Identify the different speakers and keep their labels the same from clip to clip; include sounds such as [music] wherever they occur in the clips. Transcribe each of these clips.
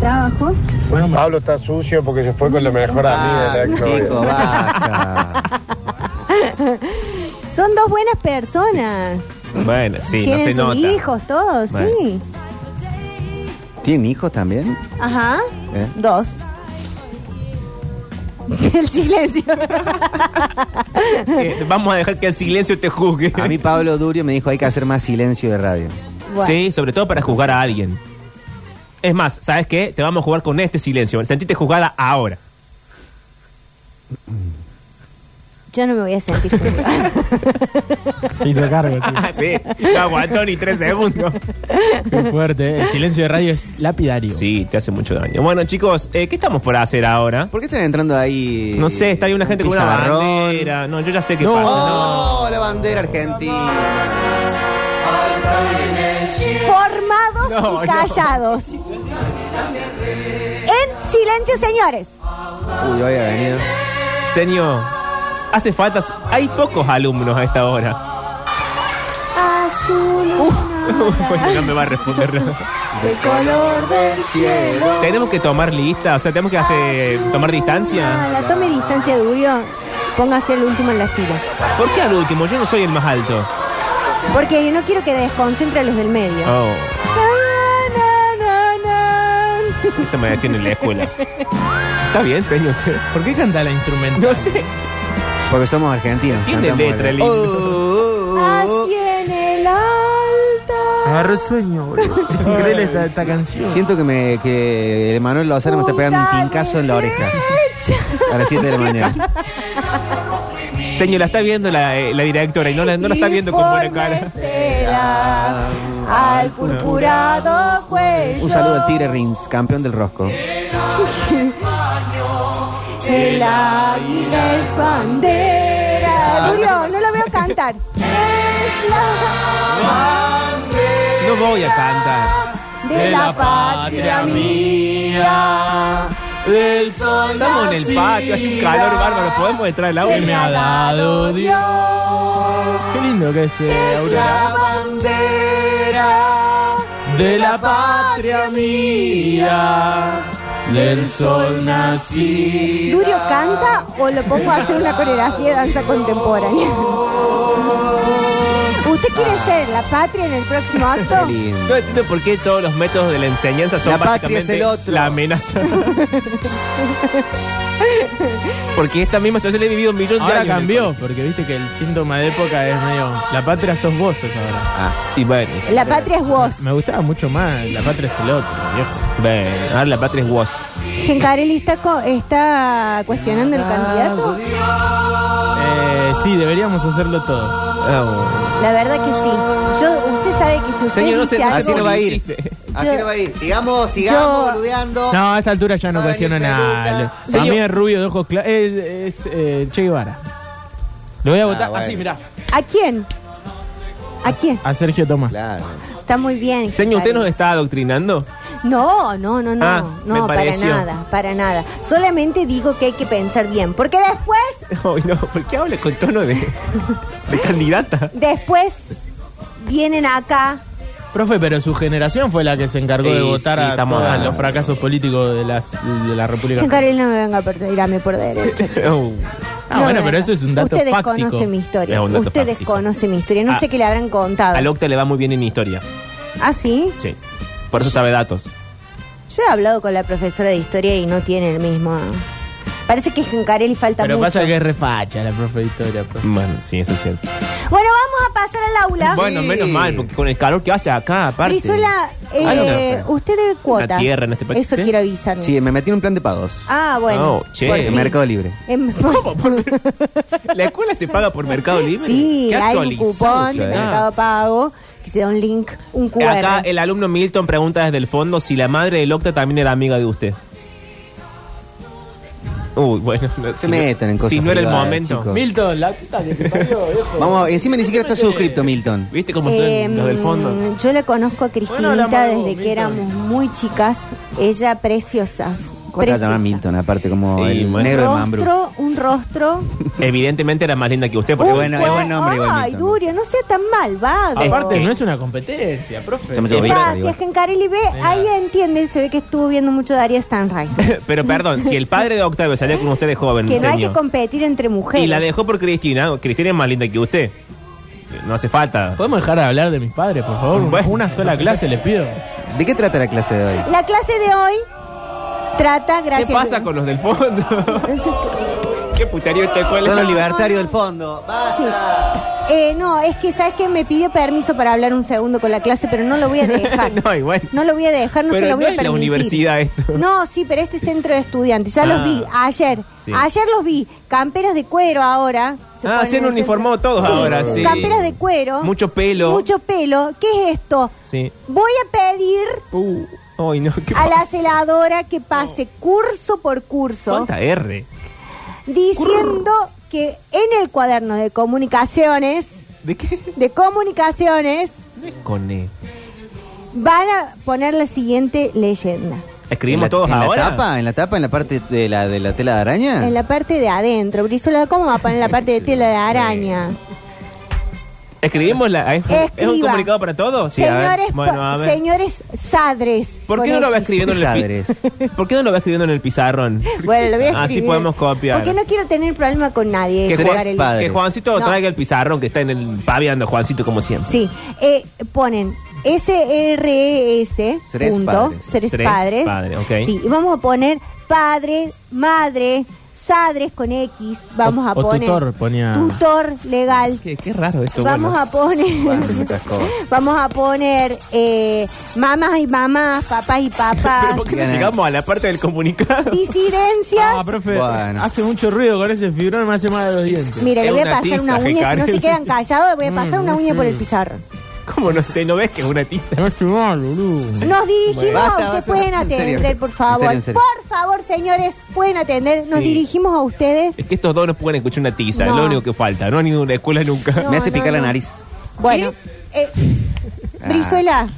Speaker 1: trabajo.
Speaker 2: Pablo está sucio porque se fue con la mejor amiga de la ex
Speaker 3: Ah, Chico, [laughs] basta.
Speaker 1: Son dos buenas personas.
Speaker 4: Bueno, sí, no se
Speaker 1: Tienen
Speaker 4: nota.
Speaker 1: sus hijos, todos,
Speaker 4: Bueno.
Speaker 1: sí.
Speaker 3: ¿Tienen hijos también?
Speaker 1: Ajá.
Speaker 3: ¿Eh?
Speaker 4: [laughs]
Speaker 1: Dos. El silencio.
Speaker 4: [laughs] Eh, vamos a dejar que el silencio te juzgue.
Speaker 3: A mí Pablo Durio me dijo hay que hacer más silencio de radio.
Speaker 1: Bueno,
Speaker 4: Sí, sobre todo para juzgar a alguien. Es más, ¿sabes qué? Te vamos a jugar con este silencio. Sentiste juzgada
Speaker 5: [laughs]
Speaker 4: ahora.
Speaker 1: Yo no me voy a sentir culpable.
Speaker 4: [laughs]
Speaker 5: Se hizo cargo, tío.
Speaker 4: Ah, sí. No aguantó ni tres segundos.
Speaker 5: Qué fuerte, ¿eh? El silencio de radio es lapidario.
Speaker 4: Sí, te hace mucho daño. Bueno, chicos, eh, ¿qué estamos por hacer ahora?
Speaker 3: ¿Por qué están entrando ahí?
Speaker 4: No sé, está ahí una
Speaker 3: un
Speaker 4: gente con una
Speaker 3: pizarrón?
Speaker 4: bandera. No, yo ya sé qué
Speaker 5: Eh, No.
Speaker 4: pasa. No.
Speaker 3: ¡Oh, la bandera argentina!
Speaker 1: Formados
Speaker 4: No,
Speaker 1: y
Speaker 4: no.
Speaker 1: callados. En silencio, señores.
Speaker 3: Uy, hoy ha venido.
Speaker 4: Señor, hace falta... Hay pocos alumnos a esta
Speaker 5: [laughs]
Speaker 4: hora. [laughs]
Speaker 1: Azul.
Speaker 4: Bueno, no me va a responder nada.
Speaker 3: De color del cielo.
Speaker 4: Tenemos que tomar lista, o sea, tenemos que hacer, eh, tomar distancia.
Speaker 1: Ah, La tome distancia, Durio. Póngase el último en la fila.
Speaker 4: ¿Por qué al último? Yo no soy el más alto.
Speaker 1: Porque yo no quiero que desconcentre a los del medio.
Speaker 4: Oh,
Speaker 1: Ah, Na, na, na, na.
Speaker 4: eso me decían en la escuela. Está bien, señor.
Speaker 5: ¿Por qué canta la instrumental?
Speaker 4: No sé.
Speaker 3: Porque somos argentinos.
Speaker 4: Tiene
Speaker 3: cantamos
Speaker 4: letra
Speaker 3: el-
Speaker 4: el himno.
Speaker 5: Ah,
Speaker 3: Oh, Ah, oh,
Speaker 1: Así en el alto.
Speaker 5: Agarró sueño, boludo. Es increíble esta, esta
Speaker 3: oh.
Speaker 5: canción.
Speaker 3: Siento que, me, que el Manuel Lozano me está pegando un
Speaker 1: Puta
Speaker 3: pincazo en la oreja. A las 7 de la mañana.
Speaker 4: Señor, la está viendo la, eh, la directora y [laughs] no la, no la está viendo con buena cara.
Speaker 1: Estela, al purpurado cuello.
Speaker 3: Un saludo a Tigre Rins, campeón del Rosco.
Speaker 1: El águila es
Speaker 3: Ah,
Speaker 1: bandera. Durio, no lo veo
Speaker 4: [laughs]
Speaker 1: cantar. Es la
Speaker 4: No voy a cantar.
Speaker 1: de la patria
Speaker 5: mía, del sol
Speaker 4: Estamos en el patio, hace un calor bárbaro. ¿Podemos entrar al agua?
Speaker 5: que me ha dado Dios. Qué lindo que es, eh, Aurora.
Speaker 3: bandera
Speaker 5: De la patria mía, del sol nací.
Speaker 1: ¿Durio canta o lo pongo a hacer una coreografía de danza contemporánea? ¿Usted quiere ser la patria en el próximo acto?
Speaker 4: No entiendo por qué todos los métodos de la enseñanza son
Speaker 3: La patria
Speaker 4: básicamente
Speaker 3: es el otro. [laughs]
Speaker 4: la amenaza. Porque esta misma situación la he vivido un millón de
Speaker 5: Ahora
Speaker 4: años.
Speaker 5: cambió, porque viste que el síntoma de época es medio. La patria sos vos, es ahora.
Speaker 3: Ah,
Speaker 4: Y bueno,
Speaker 1: La patria es vos.
Speaker 5: Me gustaba mucho más, la patria es el otro, viejo.
Speaker 4: bueno, ahora la patria es vos.
Speaker 1: Gencarelli está, co- está cuestionando el candidato.
Speaker 5: Eh, sí, deberíamos hacerlo todos.
Speaker 4: Ah,
Speaker 1: La verdad que sí. Yo, usted sabe que si usted
Speaker 4: Señor, no
Speaker 1: dice
Speaker 4: se- no se
Speaker 1: algo,
Speaker 3: Así no va a ir.
Speaker 4: Dice.
Speaker 3: Así
Speaker 1: Yo-
Speaker 3: no va a ir. Sigamos, sigamos
Speaker 1: Yo-
Speaker 3: boludeando.
Speaker 5: No, a esta altura ya no
Speaker 3: Ay,
Speaker 5: cuestiono
Speaker 3: ni
Speaker 5: nada.
Speaker 3: pregunta.
Speaker 5: A mí
Speaker 4: Señor.
Speaker 5: es rubio de ojos claros. Es, es, eh, Che Guevara. Lo voy a votar
Speaker 3: Ah, bueno.
Speaker 5: así, mirá.
Speaker 1: ¿a quién? ¿A quién?
Speaker 5: A Sergio Tomás.
Speaker 3: Claro.
Speaker 1: Está muy bien.
Speaker 4: Señor, ¿usted nos
Speaker 1: Gencarelli.
Speaker 4: está adoctrinando? [laughs]
Speaker 1: No, no, no, no.
Speaker 4: Ah, me
Speaker 1: no, para
Speaker 4: pareció.
Speaker 1: nada, para nada. Solamente digo que hay que pensar bien. Porque después,
Speaker 4: Ay, no, ¿por qué habla con tono de, de candidata?
Speaker 1: después vienen acá
Speaker 5: Profe, pero su generación fue la que se encargó de
Speaker 4: Sí,
Speaker 5: votar
Speaker 4: sí,
Speaker 5: a
Speaker 4: estamos
Speaker 5: todos
Speaker 4: hablando.
Speaker 5: los fracasos políticos de, las, de la República.
Speaker 1: Gencarelli no me venga a perseguirme por derecho.
Speaker 4: Oh.
Speaker 5: Ah,
Speaker 1: No me
Speaker 5: bueno, pero
Speaker 1: venga.
Speaker 5: eso es un dato
Speaker 1: Usted desconoce
Speaker 5: fáctico.
Speaker 1: mi
Speaker 4: Es
Speaker 1: historia.
Speaker 4: un dato
Speaker 1: Usted
Speaker 4: fáctico.
Speaker 1: desconoce mi historia. No
Speaker 4: Ah.
Speaker 1: sé qué le habrán contado.
Speaker 4: Al Octa le va muy bien en historia.
Speaker 1: ¿Ah, sí?
Speaker 4: Sí. Por eso sabe datos.
Speaker 1: Yo he hablado con la profesora de historia y no tiene el mismo. Parece que Gencarelli falta
Speaker 5: Pero
Speaker 1: mucho.
Speaker 5: pasa que es refacha la profe de historia, profe.
Speaker 4: Bueno, sí, eso es cierto.
Speaker 1: Bueno, vamos a pasar al aula.
Speaker 4: Bueno, menos mal, porque con el calor que hace acá, aparte.
Speaker 1: Brizuela, eh,
Speaker 4: Ay, no, no.
Speaker 1: usted debe cuota.
Speaker 4: tierra en este país.
Speaker 1: Eso
Speaker 4: ¿Qué?
Speaker 1: quiero avisarle.
Speaker 3: Sí, me metí en un plan de pagos.
Speaker 1: Ah, bueno.
Speaker 4: Oh, che.
Speaker 1: por
Speaker 4: Sí.
Speaker 3: En
Speaker 1: fin.
Speaker 3: Mercado Libre.
Speaker 1: Em- [laughs]
Speaker 4: ¿La escuela se paga por Mercado Libre?
Speaker 1: sí,
Speaker 4: Qué
Speaker 1: hay un
Speaker 4: actualizado,
Speaker 1: cupón de
Speaker 4: ya.
Speaker 1: Mercado Pago que se da un link, un QR.
Speaker 4: Acá el alumno Milton pregunta desde el fondo si la madre del Octa también era amiga de usted. Uy, bueno. no,
Speaker 3: Se
Speaker 4: si no-
Speaker 3: meten en cosas.
Speaker 4: Si no era el
Speaker 3: privadas,
Speaker 4: momento.
Speaker 3: chicos.
Speaker 5: Milton, la puta que te
Speaker 3: [laughs]
Speaker 5: parió, viejo.
Speaker 3: Vamos, encima ni siquiera está suscripto, Milton.
Speaker 4: ¿Viste cómo
Speaker 1: Em,
Speaker 4: son los del
Speaker 1: [laughs]
Speaker 4: fondo?
Speaker 1: Yo la conozco a Cristinita
Speaker 5: hablamos de vos,
Speaker 1: desde que
Speaker 5: Milton.
Speaker 1: éramos muy chicas. Ella preciosa,
Speaker 3: ¿Cómo te va a llamar
Speaker 1: Precisa.
Speaker 3: Milton? Aparte, como
Speaker 4: Sí,
Speaker 3: el
Speaker 4: bueno.
Speaker 3: negro de Mambrú.
Speaker 1: rostro, un
Speaker 3: [laughs]
Speaker 1: rostro.
Speaker 4: Evidentemente era más linda que usted, porque
Speaker 3: Uy,
Speaker 4: bueno, [laughs]
Speaker 3: es
Speaker 1: cue-
Speaker 3: buen nombre igual,
Speaker 1: Ay,
Speaker 3: Milton. Ah,
Speaker 1: Durio, no sea tan malvado.
Speaker 4: Es-
Speaker 5: Aparte,
Speaker 4: que-
Speaker 5: no es una competencia, profe.
Speaker 3: Se me
Speaker 4: Eh,
Speaker 3: llevó bien.
Speaker 1: Pa,
Speaker 3: digo.
Speaker 1: si es que en Carelli ve, ahí entiende, se ve que estuvo viendo mucho Darío
Speaker 3: [laughs]
Speaker 1: Stanrise.
Speaker 4: pero perdón, si el padre de Octavio salía con usted de joven,
Speaker 1: que no hay que
Speaker 4: señor,
Speaker 1: competir entre mujeres.
Speaker 4: y la dejó por Cristina, Cristina es más linda que usted. No hace falta.
Speaker 5: ¿Podemos dejar de hablar de mis padres, por favor?
Speaker 4: Bueno.
Speaker 5: Una sola clase les pido.
Speaker 3: ¿De qué trata la clase de hoy?
Speaker 1: La clase de hoy trata,
Speaker 4: ¿Qué
Speaker 1: gracias.
Speaker 4: pasa con los del fondo? [laughs]
Speaker 1: Es-
Speaker 4: ¿Qué putearía esta
Speaker 3: Son
Speaker 4: escuela?
Speaker 3: los libertarios del fondo.
Speaker 1: Sí.
Speaker 3: ¡Basta!
Speaker 1: Eh, no, es que sabes que me pidió permiso para hablar un segundo con la clase, pero no lo
Speaker 4: [laughs]
Speaker 1: voy a dejar.
Speaker 4: No, igual.
Speaker 1: No lo voy a dejar, no
Speaker 4: Pero
Speaker 1: se lo voy
Speaker 4: no
Speaker 1: a
Speaker 4: es la
Speaker 1: permitir.
Speaker 4: universidad esto.
Speaker 1: [laughs] No, sí, pero este centro de estudiantes. Ya los
Speaker 4: Ah.
Speaker 1: vi ayer.
Speaker 4: Sí.
Speaker 1: Ayer los vi. Camperas de cuero ahora.
Speaker 4: Ah,
Speaker 1: ponen
Speaker 4: se han
Speaker 1: en el
Speaker 4: uniformado
Speaker 1: centro.
Speaker 4: todos ahora, sí.
Speaker 1: Camperas de cuero.
Speaker 4: Mucho pelo.
Speaker 1: Mucho pelo. ¿Qué es esto?
Speaker 4: Sí.
Speaker 1: Voy a pedir
Speaker 4: Uh, ay, no, qué
Speaker 1: a la
Speaker 4: pa-
Speaker 1: celadora que pase curso por curso
Speaker 4: ¿Cuánta R?
Speaker 1: diciendo que en el cuaderno de comunicaciones,
Speaker 4: ¿De qué?
Speaker 1: de comunicaciones,
Speaker 4: Con E.
Speaker 1: van a poner la siguiente leyenda.
Speaker 4: ¿Escribimos
Speaker 3: ¿En la-
Speaker 4: todos
Speaker 3: en
Speaker 4: ahora?
Speaker 3: la tapa? ¿En la tapa? ¿En la parte de la, de la tela de
Speaker 4: Ah.
Speaker 3: araña?
Speaker 1: En la parte de adentro, Brizola, ¿cómo va a poner la parte de tela de araña?
Speaker 4: ¿Escribimos la.? ¿Es, es un
Speaker 1: Escriba.
Speaker 4: comunicado para todos?
Speaker 3: Sí, a ver.
Speaker 1: señores,
Speaker 4: Bueno, a
Speaker 1: pa-
Speaker 4: ver.
Speaker 1: señores sadres.
Speaker 4: ¿Por qué
Speaker 1: con
Speaker 4: no lo va
Speaker 1: X.
Speaker 4: escribiendo en el pi-
Speaker 3: Pisadres.
Speaker 4: [laughs] ¿Por qué no lo va escribiendo en el pizarrón?
Speaker 1: [laughs] Bueno, lo voy a escribir.
Speaker 4: Así podemos copiar.
Speaker 1: Porque no quiero tener problema con nadie.
Speaker 4: que,
Speaker 1: jugar
Speaker 4: Juan-
Speaker 1: el-
Speaker 3: padres.
Speaker 4: que Juancito
Speaker 1: No.
Speaker 4: traiga el pizarrón que está en el paviando Juancito como siempre.
Speaker 1: Sí, eh, ponen S-R-E-S,
Speaker 3: Seres
Speaker 1: punto,
Speaker 3: padres.
Speaker 1: seres
Speaker 4: Seres
Speaker 1: padres.
Speaker 4: padre, ok.
Speaker 1: Sí, y vamos a poner padre, madre, sadres con X, vamos
Speaker 5: O-
Speaker 1: a
Speaker 5: o
Speaker 1: poner.
Speaker 5: tutor ponía.
Speaker 1: Tutor legal.
Speaker 4: Qué, qué raro esto.
Speaker 1: Vamos
Speaker 4: bueno.
Speaker 1: a
Speaker 3: [laughs]
Speaker 1: poner, [laughs] vamos a poner eh, mamás y mamás, papás y
Speaker 4: Pero
Speaker 3: [laughs]
Speaker 1: papás,
Speaker 4: ¿por qué no llegamos a la parte del comunicado? [laughs]
Speaker 1: disidencias.
Speaker 5: Ah, profe,
Speaker 3: Bueno.
Speaker 5: hace mucho ruido con ese fibrón, me hace mal a los dientes.
Speaker 1: Mira, le
Speaker 4: es
Speaker 1: voy a
Speaker 4: una
Speaker 1: pasar
Speaker 4: tiza,
Speaker 1: una uña, si no se
Speaker 4: Karen.
Speaker 1: quedan callados, le voy a pasar
Speaker 3: Mm,
Speaker 1: una uña por el pizarrón.
Speaker 4: ¿Cómo no sé? ¿No ves que es una tiza?
Speaker 5: No estoy mal, boludo.
Speaker 1: Nos dirigimos,
Speaker 3: Basta,
Speaker 1: a ustedes
Speaker 3: basta.
Speaker 1: pueden
Speaker 3: En serio.
Speaker 1: atender, por
Speaker 3: En
Speaker 1: favor.
Speaker 3: serio, en serio.
Speaker 1: Por favor, señores, pueden atender. Nos
Speaker 4: Sí.
Speaker 1: dirigimos a ustedes.
Speaker 4: Es que estos dos no pueden escuchar una tiza,
Speaker 1: No.
Speaker 4: es lo único que falta. No han ido a una escuela nunca.
Speaker 1: No,
Speaker 3: Me hace
Speaker 1: no,
Speaker 3: picar la
Speaker 1: no.
Speaker 3: nariz.
Speaker 1: Bueno, eh, Brizuela,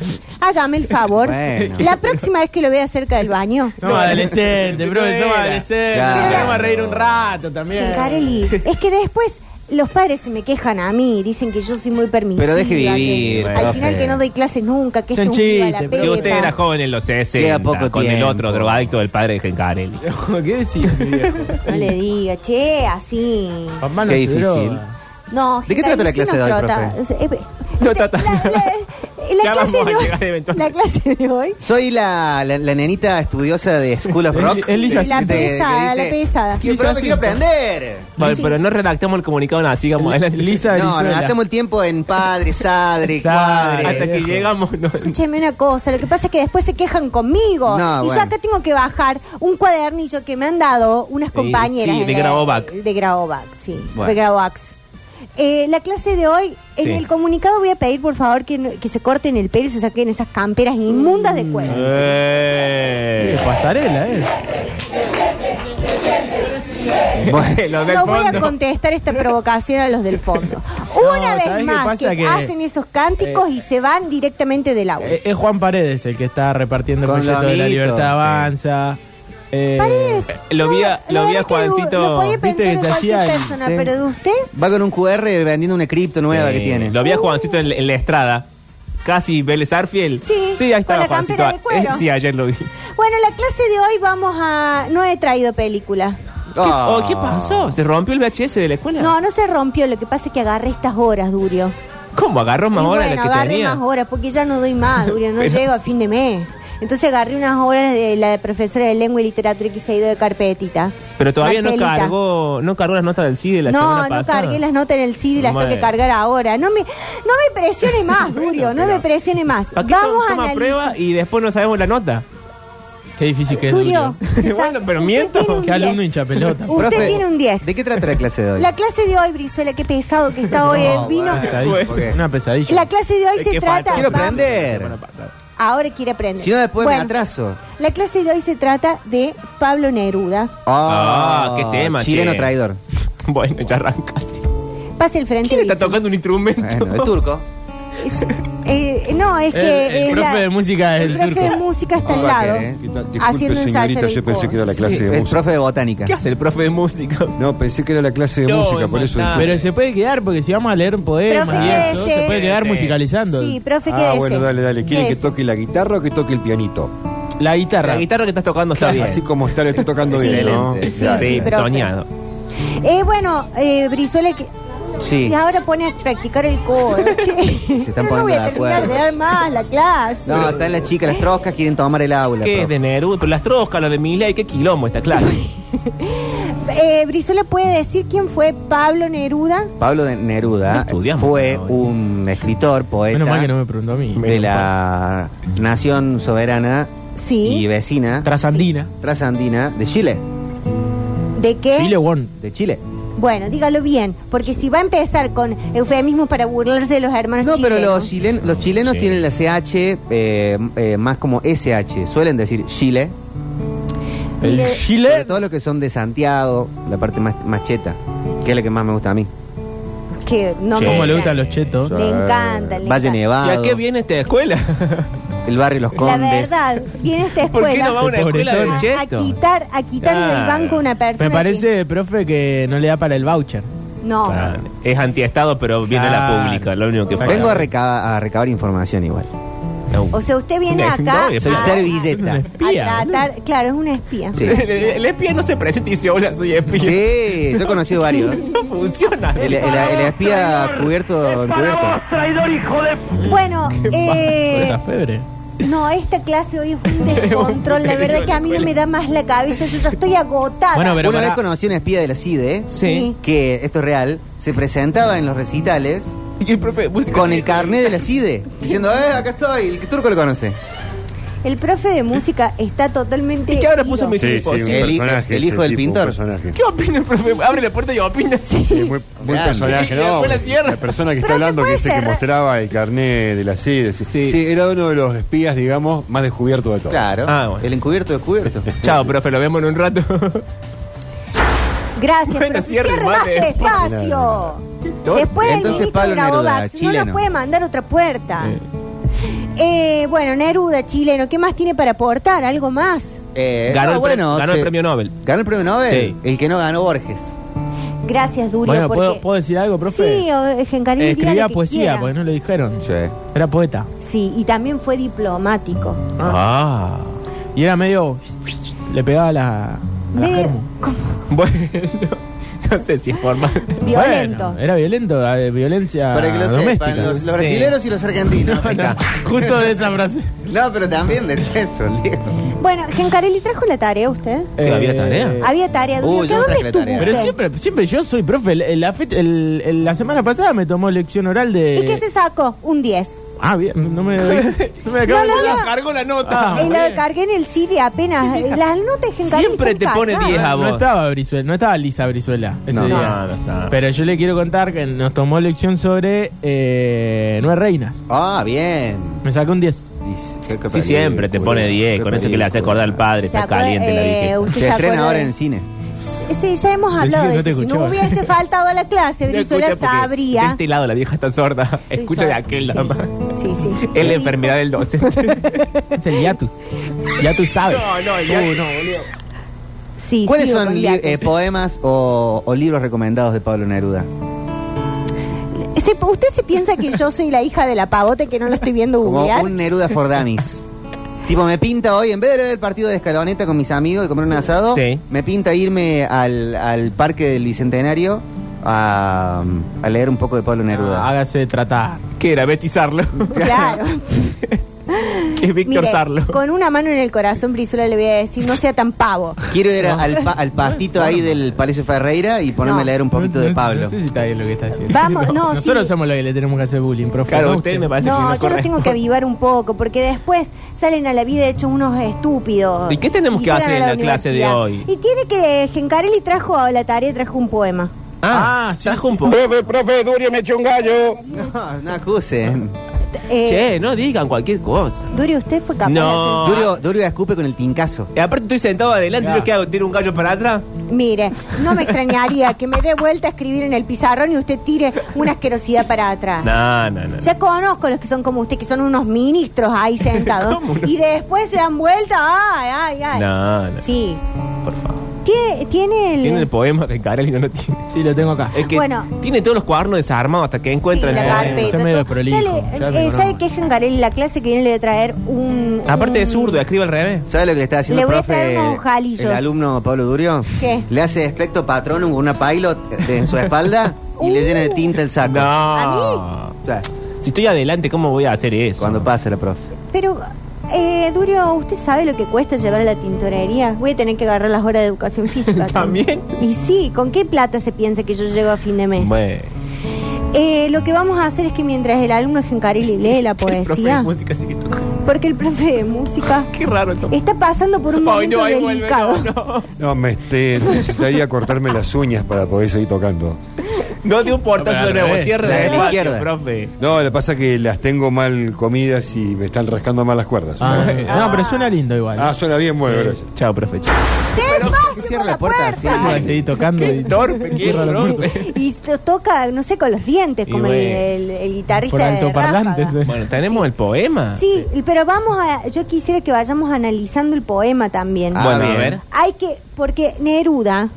Speaker 1: hágame el favor.
Speaker 3: Ah. Bueno.
Speaker 1: La próxima vez que lo vea cerca del baño.
Speaker 5: Somos [laughs] adolescentes, profe, somos
Speaker 4: Era.
Speaker 5: adolescentes.
Speaker 3: Claro.
Speaker 5: Vamos a reír un rato también.
Speaker 1: Carely, es que después los padres se me quejan a mí, dicen que yo soy muy permisiva.
Speaker 3: Pero deje
Speaker 1: que
Speaker 3: vivir,
Speaker 1: al
Speaker 3: profe.
Speaker 1: final que no doy clases nunca, que
Speaker 5: Son
Speaker 1: esto es un viva la
Speaker 5: chistes,
Speaker 4: Si
Speaker 1: pepa.
Speaker 4: usted era joven en los 60,
Speaker 3: Queda poco
Speaker 4: con el
Speaker 3: tiempo.
Speaker 4: otro drogadicto del padre de Gencarelli.
Speaker 5: [laughs] ¿Qué decís, mi viejo?
Speaker 1: No le diga, che, así.
Speaker 5: Papá Ah, no
Speaker 3: Qué
Speaker 5: se
Speaker 3: difícil.
Speaker 5: droga.
Speaker 1: No,
Speaker 3: ¿De qué
Speaker 1: Gencarelli
Speaker 3: trata la
Speaker 1: sí nos
Speaker 3: clase de hoy,
Speaker 1: trota.
Speaker 3: profe?
Speaker 1: O sea, eh,
Speaker 4: No
Speaker 1: este,
Speaker 4: trata
Speaker 1: la-
Speaker 4: nada.
Speaker 1: la-
Speaker 4: Ya
Speaker 1: La clase
Speaker 4: vamos a
Speaker 1: de
Speaker 4: llegar
Speaker 1: hoy.
Speaker 4: eventualmente.
Speaker 1: La clase de hoy.
Speaker 3: Soy la, la, la nenita estudiosa de School of
Speaker 5: Es-
Speaker 3: Rock.
Speaker 5: es Lisa
Speaker 3: Que
Speaker 1: La
Speaker 3: te- que
Speaker 1: pesada, la pesada.
Speaker 3: "Quiero-
Speaker 5: Lisa
Speaker 3: profe, quiero
Speaker 5: Simpson".
Speaker 3: aprender.
Speaker 4: Vale,
Speaker 1: Sí.
Speaker 4: pero no redactamos el comunicado nada, sigamos
Speaker 1: [laughs]
Speaker 4: adelante.
Speaker 5: Lisa
Speaker 3: No, nos
Speaker 5: Brizuela.
Speaker 3: gastamos el tiempo en padre,
Speaker 4: [laughs]
Speaker 3: sadre,
Speaker 5: Claro.
Speaker 4: Hasta
Speaker 3: cuadre.
Speaker 4: que llegamos. no.
Speaker 1: Escúcheme una cosa, lo que pasa es que después se quejan conmigo.
Speaker 3: No,
Speaker 1: y yo
Speaker 3: bueno.
Speaker 1: acá tengo que bajar un cuadernillo que me han dado unas compañeras.
Speaker 4: sí,
Speaker 1: en
Speaker 4: de
Speaker 1: la-
Speaker 4: Grabovac.
Speaker 1: De Grabovac, sí.
Speaker 3: Bueno.
Speaker 1: De Grabovac. Eh, la clase de hoy, en
Speaker 4: Sí.
Speaker 1: el comunicado voy a pedir por favor que, no- que se corten el pelo y se saquen esas camperas inmundas de
Speaker 4: Mm.
Speaker 1: cuero.
Speaker 5: Eh,
Speaker 4: Eh.
Speaker 5: Pasarela, eh.
Speaker 3: [laughs]
Speaker 4: Los del
Speaker 1: No voy a
Speaker 4: fondo.
Speaker 1: contestar esta provocación a los del fondo.
Speaker 5: No,
Speaker 1: Una
Speaker 5: ¿sabés
Speaker 1: vez
Speaker 5: qué
Speaker 1: más
Speaker 5: pasa?
Speaker 1: que,
Speaker 5: Que-
Speaker 1: hacen esos cánticos
Speaker 5: eh,
Speaker 1: y se van directamente del agua.
Speaker 5: Eh, Es Juan Paredes el que está repartiendo el
Speaker 3: Con
Speaker 5: proyecto de la
Speaker 3: Lomito, sí.
Speaker 5: libertad avanza. Eh,
Speaker 1: Paredes.
Speaker 4: lo vi a-
Speaker 1: la
Speaker 4: lo vi a
Speaker 1: verdad que
Speaker 4: Juancito,
Speaker 1: Lo podía pensar
Speaker 5: viste que
Speaker 1: en
Speaker 5: se
Speaker 1: cualquier
Speaker 5: hacía el-
Speaker 1: persona,
Speaker 3: sí.
Speaker 1: pero de usted.
Speaker 3: Va con un QR vendiendo una cripto nueva
Speaker 4: Sí,
Speaker 3: que tiene.
Speaker 4: Lo vi a Juancito en, en la estrada. Casi Vélez Arfiel.
Speaker 1: Sí,
Speaker 4: ahí
Speaker 1: con
Speaker 4: estaba
Speaker 1: la
Speaker 4: Juancito.
Speaker 1: campera de cuero.
Speaker 4: Eh, Sí, ayer lo vi.
Speaker 1: Bueno, la clase de hoy vamos a. No he traído película.
Speaker 3: Ah.
Speaker 4: Oh, ¿Qué pasó? ¿Se rompió el VHS de la escuela?
Speaker 1: No, no se rompió. Lo que pasa es que agarré estas horas, Durio.
Speaker 4: ¿Cómo? ¿Agarró más
Speaker 1: Y
Speaker 4: horas de
Speaker 1: bueno,
Speaker 4: la que
Speaker 1: agarré
Speaker 4: tenía?
Speaker 1: más horas porque ya no doy más, Durio. No
Speaker 4: [laughs] Pero-
Speaker 1: llego a fin de mes. Entonces agarré unas horas de la de profesora de lengua y literatura que se ha ido de carpetita.
Speaker 4: Pero todavía
Speaker 1: Marcelita.
Speaker 4: no cargó, no cargó las notas del CID de la
Speaker 1: no,
Speaker 4: semana
Speaker 1: no
Speaker 4: pasada.
Speaker 1: cargué las notas en el CID y las tengo que
Speaker 4: Bueno.
Speaker 1: cargar ahora. No me, no me presione
Speaker 4: [laughs]
Speaker 1: más, Durio, no me presione más.
Speaker 4: ¿Para qué
Speaker 1: Vamos
Speaker 4: to-
Speaker 1: a
Speaker 4: toma
Speaker 1: analizar.
Speaker 4: prueba y después no sabemos la nota?
Speaker 5: Qué difícil que es.
Speaker 1: Durio,
Speaker 5: Durio.
Speaker 1: se
Speaker 4: [laughs] Bueno,
Speaker 1: sa-
Speaker 4: pero
Speaker 1: usted
Speaker 4: miento.
Speaker 1: tiene un
Speaker 5: Qué alumno
Speaker 1: 10.
Speaker 5: hincha pelota.
Speaker 1: Usted tiene un 10.
Speaker 3: ¿De qué trata la clase de hoy?
Speaker 1: La clase de hoy, Brizuela, qué pesado que está hoy. eh,
Speaker 3: No,
Speaker 1: Vino.
Speaker 3: bueno.
Speaker 5: Pesadilla,
Speaker 3: Bueno.
Speaker 5: Una pesadilla.
Speaker 1: La clase de hoy
Speaker 4: Es
Speaker 1: se
Speaker 4: que
Speaker 1: trata.
Speaker 4: faltó.
Speaker 3: Quiero
Speaker 1: va-
Speaker 3: aprender.
Speaker 1: Ahora quiere aprender.
Speaker 3: Si no, después
Speaker 1: Bueno,
Speaker 3: me atraso.
Speaker 1: La clase de hoy se trata de Pablo Neruda.
Speaker 4: Ah, qué tema,
Speaker 3: Chileno
Speaker 4: che.
Speaker 3: Oh, traidor.
Speaker 4: [laughs] Bueno, ya arrancas.
Speaker 1: Pase el frente.
Speaker 4: ¿Quién está
Speaker 1: Brizuela.
Speaker 4: tocando un instrumento?
Speaker 3: Bueno, el turco.
Speaker 1: es- eh, no, es
Speaker 5: El,
Speaker 1: que.
Speaker 5: el
Speaker 1: es
Speaker 5: profe
Speaker 1: la-
Speaker 5: de música es
Speaker 1: el
Speaker 5: el
Speaker 1: profe de
Speaker 5: turco.
Speaker 1: música está al
Speaker 3: Ah,
Speaker 1: lado.
Speaker 3: ok, eh.
Speaker 1: haciendo
Speaker 2: Disculpe,
Speaker 1: ensayo
Speaker 2: señorita,
Speaker 1: en el
Speaker 2: yo pensé que era la clase
Speaker 3: Sí,
Speaker 2: de
Speaker 3: el
Speaker 2: música.
Speaker 3: profe de botánica.
Speaker 4: ¿Qué hace el profe de música?
Speaker 2: No, pensé que era la clase de
Speaker 4: No,
Speaker 2: música,
Speaker 4: es
Speaker 2: por eso.
Speaker 4: maldad.
Speaker 5: Ah, Pero se puede quedar porque si vamos a leer un poema
Speaker 1: Profe,
Speaker 5: y eso,
Speaker 1: quédese.
Speaker 5: se puede quedar
Speaker 4: Sí.
Speaker 5: musicalizando.
Speaker 1: Sí, profe, ¿qué
Speaker 2: Ah, bueno, dale, dale. ¿Quieren que toque la guitarra o que toque el pianito?
Speaker 5: La guitarra.
Speaker 4: La guitarra que estás tocando está bien.
Speaker 2: Así como está, lo estoy tocando
Speaker 1: Sí.
Speaker 2: bien, ¿no?
Speaker 3: Excelente.
Speaker 1: Sí, sí, profe.
Speaker 4: soñado.
Speaker 1: Eh, bueno, eh, Brizuela, que-
Speaker 3: Sí.
Speaker 1: y ahora pone a practicar el
Speaker 3: [laughs]
Speaker 1: coro.
Speaker 3: Se están
Speaker 1: no
Speaker 3: poniendo
Speaker 1: voy
Speaker 3: de
Speaker 1: a terminar
Speaker 3: acuerdo.
Speaker 1: de dar más la clase.
Speaker 3: No, están las chicas, las troscas quieren tomar el aula.
Speaker 4: ¿Qué es
Speaker 3: profe.
Speaker 4: de Neruda? Pero las troscas, lo de Milay, qué quilombo está claro.
Speaker 1: Eh, Brizuela puede decir quién fue Pablo Neruda.
Speaker 3: Pablo de Neruda
Speaker 4: No estudiamos,
Speaker 3: fue
Speaker 4: no, eh.
Speaker 3: un escritor, poeta
Speaker 5: Menos mal que no me preguntó a mí.
Speaker 4: Me-
Speaker 3: de la nación soberana y
Speaker 1: Sí.
Speaker 3: vecina
Speaker 5: Trasandina.
Speaker 3: trasandina de Chile,
Speaker 1: ¿De qué?
Speaker 5: Chile Won.
Speaker 3: de Chile.
Speaker 1: Bueno, dígalo bien, porque si va a empezar con eufemismos para burlarse de los hermanos
Speaker 3: No, pero
Speaker 1: chilenos.
Speaker 3: los, chilen- los chilenos
Speaker 4: Sí.
Speaker 3: tienen la CH eh, eh, más como SH, suelen decir Chile,
Speaker 5: El
Speaker 1: Le-
Speaker 3: sobre
Speaker 5: Chile.
Speaker 3: todo los que son de Santiago, la parte más, más cheta, que es la que más me gusta a mí.
Speaker 1: que no
Speaker 4: Che.
Speaker 1: me
Speaker 5: ¿Cómo le gustan los
Speaker 1: encanta.
Speaker 5: chetos?
Speaker 1: Le encanta, le encanta.
Speaker 3: Valle
Speaker 4: ¿Y a
Speaker 3: Nevado,
Speaker 4: qué viene esta escuela? [laughs]
Speaker 3: el barrio Los
Speaker 1: La
Speaker 3: Condes.
Speaker 1: verdad, viene esta
Speaker 4: ¿Por
Speaker 1: escuela
Speaker 4: qué no va a una escuela de
Speaker 5: Pobretones.
Speaker 1: a, a
Speaker 4: cheto?
Speaker 1: quitar, a quitar del
Speaker 4: Claro.
Speaker 1: banco una persona.
Speaker 5: Me
Speaker 1: que-
Speaker 5: parece, profe, que no le da para el voucher.
Speaker 1: no.
Speaker 4: Ah, Es antiestado, pero viene
Speaker 5: Claro.
Speaker 4: la pública, lo único que pasa.
Speaker 3: Vengo a, reca- a recabar información igual.
Speaker 4: No.
Speaker 1: O sea, usted viene
Speaker 4: No,
Speaker 1: acá.
Speaker 4: no,
Speaker 3: Soy
Speaker 1: a-
Speaker 3: servilleta.
Speaker 5: [laughs] Espía.
Speaker 1: a tratar- claro, es una espía.
Speaker 3: Sí.
Speaker 4: El, [laughs] el espía no se presenta y dice, hola, soy espía.
Speaker 3: Sí, yo he conocido varios.
Speaker 4: [laughs] No funciona.
Speaker 3: El, el- el espía cubierto, encubierto.
Speaker 1: Bueno, eh,
Speaker 5: Esa febre.
Speaker 1: no, esta clase hoy es un descontrol. La verdad que a mí no me da más la cabeza. Yo ya estoy agotada.
Speaker 5: Bueno, pero
Speaker 3: Una
Speaker 5: pará.
Speaker 3: vez conocí a un espía de la CIDE,
Speaker 1: Sí.
Speaker 3: E, que esto es real, se presentaba en los recitales
Speaker 4: Y el profe de música.
Speaker 3: con el carnet de la CIDE, diciendo, eh, acá estoy, el turco lo conoce.
Speaker 1: El profe de música está totalmente.
Speaker 4: ¿Y qué ahora
Speaker 1: ido. [laughs]
Speaker 4: puso mi-
Speaker 2: Sí, sí, un
Speaker 3: El hijo-
Speaker 2: personaje.
Speaker 3: el
Speaker 2: ese
Speaker 3: hijo del
Speaker 2: tipo, un
Speaker 3: pintor.
Speaker 2: personaje.
Speaker 4: ¿Qué opina el profe? Abre la puerta
Speaker 3: [laughs]
Speaker 4: y opina.
Speaker 2: Sí, muy, muy
Speaker 3: Grande.
Speaker 2: personaje,
Speaker 4: Y después
Speaker 2: ¿no?
Speaker 4: la cierra.
Speaker 2: La persona que
Speaker 1: Pero
Speaker 2: está
Speaker 1: se
Speaker 2: hablando,
Speaker 1: puede
Speaker 2: que, este que
Speaker 1: cerrar.
Speaker 2: mostraba el carnet de la CIDE. Sí.
Speaker 4: Sí.
Speaker 2: Sí, era uno de los espías, digamos, más descubierto de todos.
Speaker 3: Claro,
Speaker 4: Ah, bueno.
Speaker 3: el encubierto descubierto.
Speaker 4: Chao, profe, lo vemos en
Speaker 3: [laughs]
Speaker 4: un rato.
Speaker 1: Gracias,
Speaker 4: Bueno,
Speaker 1: profe.
Speaker 4: cierre,
Speaker 1: Cierre más
Speaker 4: mate.
Speaker 1: despacio.
Speaker 4: No.
Speaker 1: Después del
Speaker 3: Entonces,
Speaker 1: ministro
Speaker 3: Pablo Neruda,
Speaker 1: Grabovax, no nos
Speaker 3: chileno.
Speaker 1: puede mandar otra puerta. Eh, bueno, Neruda, chileno, ¿qué más tiene para aportar? ¿Algo más?
Speaker 3: Eh,
Speaker 4: Ganó
Speaker 3: ah,
Speaker 4: el pre-
Speaker 3: bueno,
Speaker 4: ganó el
Speaker 3: se-
Speaker 4: premio Nobel.
Speaker 3: ¿Ganó el premio Nobel?
Speaker 4: Sí.
Speaker 3: El que no ganó Borges.
Speaker 1: Gracias, Durio.
Speaker 5: Bueno, ¿puedo,
Speaker 1: porque-
Speaker 5: puedo decir algo, profe?
Speaker 1: Sí, o- Gencarini, diga lo
Speaker 5: Escribía
Speaker 1: que
Speaker 5: poesía,
Speaker 1: quiera.
Speaker 5: porque no lo dijeron.
Speaker 3: Sí.
Speaker 5: Era poeta.
Speaker 1: Sí, y también fue diplomático.
Speaker 4: Ah.
Speaker 5: Y era medio. Le pegaba a la. a la
Speaker 1: Me-
Speaker 5: germu.
Speaker 1: como
Speaker 4: Bueno, [laughs] no sé si es formal.
Speaker 1: violento.
Speaker 5: Bueno, era violento, eh, violencia.
Speaker 3: Para que lo
Speaker 5: doméstica.
Speaker 3: sepan, los, los
Speaker 5: Sí.
Speaker 3: brasileros y los argentinos.
Speaker 4: [laughs]
Speaker 3: Ahí
Speaker 5: No,
Speaker 3: está.
Speaker 5: justo de esa frase.
Speaker 3: No, pero también de eso, [laughs] Diego.
Speaker 1: Bueno, Gencarelli trajo la tarea usted.
Speaker 4: ¿Que había
Speaker 5: Eh,
Speaker 4: tarea?
Speaker 1: Había tarea, Durio.
Speaker 3: Uy,
Speaker 1: ¿Qué-
Speaker 3: yo no
Speaker 1: ¿Dónde
Speaker 3: traje la
Speaker 1: estuvo
Speaker 3: tarea.
Speaker 1: usted?
Speaker 5: Pero siempre, siempre yo soy profe. El- el- la, fecha- el- el- la semana pasada me tomó lección oral de.
Speaker 1: ¿Y qué se sacó? Un 10.
Speaker 5: Ah, bien, no me. [laughs]
Speaker 1: [laughs]
Speaker 5: No me acabo
Speaker 1: No, no,
Speaker 5: de-
Speaker 1: no.
Speaker 4: Cargo la nota.
Speaker 5: Ah,
Speaker 1: Eh,
Speaker 5: bien.
Speaker 1: lo cargué en el CD apenas. eh, Las notas de Gencarelli
Speaker 4: Siempre
Speaker 1: están
Speaker 4: te pone
Speaker 1: cargadas.
Speaker 4: 10 a
Speaker 5: No
Speaker 4: vos.
Speaker 5: estaba Brizuela, no estaba Lisa Brizuela ese
Speaker 3: No.
Speaker 5: día.
Speaker 4: No, no estaba.
Speaker 5: Pero yo le quiero contar que nos tomó lección sobre eh, Nueve Reinas.
Speaker 3: Ah, bien.
Speaker 5: Me sacó un 10.
Speaker 4: Sí, siempre te pone 10, con eso que le hace acordar al padre,
Speaker 1: ¿Se
Speaker 4: está
Speaker 1: acuerda-
Speaker 4: caliente la
Speaker 1: eh,
Speaker 4: dije.
Speaker 1: usted
Speaker 3: Se
Speaker 1: se
Speaker 3: estrena
Speaker 1: acuerda
Speaker 3: ahora
Speaker 1: de-
Speaker 3: en el cine.
Speaker 1: Sí, ya hemos hablado
Speaker 5: que
Speaker 1: de
Speaker 5: no te
Speaker 1: eso. Si no
Speaker 5: escuchaba.
Speaker 1: hubiese faltado a la clase,
Speaker 4: [laughs] No
Speaker 1: Brizuela
Speaker 4: escucha porque De
Speaker 1: sabría.
Speaker 4: este lado la vieja está sorda. Escucha de aquel lado. más.
Speaker 1: Sí, sí.
Speaker 4: Es la enfermedad del
Speaker 1: [laughs]
Speaker 4: docente.
Speaker 5: Es el hiatus. Ya tú sabes.
Speaker 4: no,
Speaker 5: Uh, no.
Speaker 1: Sí,
Speaker 3: ¿Cuáles
Speaker 1: sigo
Speaker 3: son
Speaker 1: con
Speaker 3: li-
Speaker 1: Liatos.
Speaker 3: eh, poemas o, o libros recomendados de Pablo Neruda?
Speaker 1: Se- ¿Usted se piensa que yo soy la hija de la pavote que no lo estoy viendo
Speaker 3: Como
Speaker 1: googlear?
Speaker 3: un Neruda for Dummies. tipo, me pinta hoy, en vez de ver el partido de escaloneta con mis amigos y comer un asado,
Speaker 4: Sí.
Speaker 3: me pinta irme al, al parque del Bicentenario a, a leer un poco de Pablo Neruda.
Speaker 5: Hágase tratar.
Speaker 4: ¿Qué era? Betty Sarlo.
Speaker 1: [laughs] Claro.
Speaker 4: Que es [laughs] Víctor
Speaker 1: Mire,
Speaker 4: Sarlo.
Speaker 1: con una mano en el corazón, Brizuela le voy a decir, no sea tan pavo.
Speaker 3: Quiero ir al, pa- al pastito ahí del Palacio Ferreira y ponerme
Speaker 1: No.
Speaker 3: a leer un poquito
Speaker 5: No-
Speaker 3: de
Speaker 5: no-
Speaker 3: Pablo.
Speaker 5: No sé si está bien lo que está haciendo.
Speaker 1: Vamos, no, sí.
Speaker 5: Nosotros somos los que le tenemos que hacer bullying, profe.
Speaker 4: Claro,
Speaker 5: ¿no?
Speaker 4: usted me parece que
Speaker 1: No, yo lo
Speaker 4: corre.
Speaker 1: tengo que avivar un poco, porque después salen a la vida hechos unos estúpidos.
Speaker 4: ¿Y qué tenemos que
Speaker 1: llegan
Speaker 4: hacer
Speaker 1: a
Speaker 4: en la clase de
Speaker 1: universidad.
Speaker 4: hoy?
Speaker 1: Y tiene que, Gencarelli trajo a la tarea, trajo un poema.
Speaker 4: Ah,
Speaker 5: Ah, sí,
Speaker 4: trajo
Speaker 5: sí.
Speaker 4: un
Speaker 3: [laughs]
Speaker 4: poco.
Speaker 6: Profe, profe, Durio me echó un gallo.
Speaker 3: No, no acusen.
Speaker 1: T- eh,
Speaker 4: Che, no digan cualquier cosa.
Speaker 1: Durio, ¿usted fue capaz
Speaker 4: No.
Speaker 1: de hacer
Speaker 3: Durio, Durio escupe con el tincazo.
Speaker 4: Y eh, aparte estoy sentado adelante,
Speaker 5: Ya.
Speaker 4: ¿yo ¿qué hago? ¿Tiro un gallo para atrás?
Speaker 1: Mire, no me extrañaría que me dé vuelta a escribir en el pizarrón y usted tire una asquerosidad para atrás.
Speaker 4: No, no, no.
Speaker 1: Ah. Ya conozco los que son como usted, que son unos ministros
Speaker 4: [laughs]
Speaker 1: ahí sentados.
Speaker 4: ¿Cómo no?
Speaker 1: Y después se dan vuelta. Ay, ay, ay.
Speaker 4: No, no,
Speaker 1: Sí.
Speaker 4: por favor.
Speaker 1: Tiene, tiene el.
Speaker 4: Tiene el poema de Carelli, no lo tiene.
Speaker 5: Sí, lo tengo acá.
Speaker 4: Es que
Speaker 1: Bueno.
Speaker 4: tiene todos los cuadernos desarmados hasta que
Speaker 1: Sí,
Speaker 4: encuentran
Speaker 1: la
Speaker 4: el poema.
Speaker 1: carpeta.
Speaker 5: Ya medio
Speaker 1: todo.
Speaker 5: prolijo,
Speaker 1: Ya le-
Speaker 5: ya
Speaker 1: eh,
Speaker 5: medio
Speaker 1: ¿Sabe
Speaker 5: no.
Speaker 1: qué es Jangarelli? La clase que viene le voy a traer un.
Speaker 4: Aparte
Speaker 1: un-
Speaker 4: es zurdo, escribe al revés.
Speaker 3: ¿Sabe lo que le está haciendo
Speaker 1: Le voy a
Speaker 3: el profe?
Speaker 1: traer unos ojalillos.
Speaker 3: El alumno Pablo Durio.
Speaker 1: ¿Qué?
Speaker 3: Le hace espectro patronum con una pilot de- en su espalda y le llena de tinta el saco.
Speaker 4: No.
Speaker 3: O sea,
Speaker 4: Si estoy adelante, ¿cómo voy a hacer eso?
Speaker 3: Cuando pase la profe.
Speaker 1: Pero, eh, Durio, ¿usted sabe lo que cuesta llevar a la tintorería? Voy a tener que agarrar las horas de educación física.
Speaker 4: [laughs] ¿También?
Speaker 1: Y sí, ¿con qué plata se piensa que yo llego a fin de mes?
Speaker 4: Bueno.
Speaker 1: Eh, lo que vamos a hacer es que mientras el alumno Gencarelli lee la
Speaker 4: [laughs] El profe de
Speaker 1: poesía,
Speaker 4: música sí que toca.
Speaker 1: porque el profe de música
Speaker 4: Qué raro esto.
Speaker 1: está pasando por un
Speaker 4: Ay,
Speaker 1: momento
Speaker 4: no, ahí vuelve.
Speaker 1: delicado.
Speaker 4: No, no.
Speaker 2: No, me, este, necesitaría cortarme las uñas para poder seguir tocando.
Speaker 4: No dio un portazo
Speaker 5: No,
Speaker 4: de
Speaker 5: pero al
Speaker 4: nuevo.
Speaker 5: revés.
Speaker 4: Cierre
Speaker 3: La de la
Speaker 4: espacio,
Speaker 3: izquierda.
Speaker 4: profe.
Speaker 2: No, lo que pasa es que las tengo mal comidas y me están rascando mal las cuerdas.
Speaker 5: Ah,
Speaker 2: Ah,
Speaker 5: eh, no, pero suena lindo igual.
Speaker 2: suena bien, bueno, gracias.
Speaker 4: Eh, Chao, profe. chao.
Speaker 1: ¡Despacio
Speaker 3: Cierra
Speaker 1: por
Speaker 3: la
Speaker 1: la
Speaker 3: puerta,
Speaker 1: puerta!
Speaker 3: cierra.
Speaker 5: Voy a seguir tocando
Speaker 4: Qué
Speaker 5: y
Speaker 4: torpe, qué
Speaker 5: Cierra la
Speaker 4: horror.
Speaker 5: puerta.
Speaker 1: Y to- toca, no sé, con los dientes,
Speaker 4: Y
Speaker 1: como el,
Speaker 4: bueno.
Speaker 1: el- el guitarrista
Speaker 5: Por
Speaker 1: de
Speaker 5: altoparlantes,
Speaker 1: Ráfaga.
Speaker 5: eh.
Speaker 4: Bueno, tenemos el poema.
Speaker 1: Sí, pero vamos a... Yo quisiera que vayamos analizando el poema también.
Speaker 3: Ah,
Speaker 4: Bueno,
Speaker 3: bien.
Speaker 4: a ver.
Speaker 1: Hay que... Porque Neruda,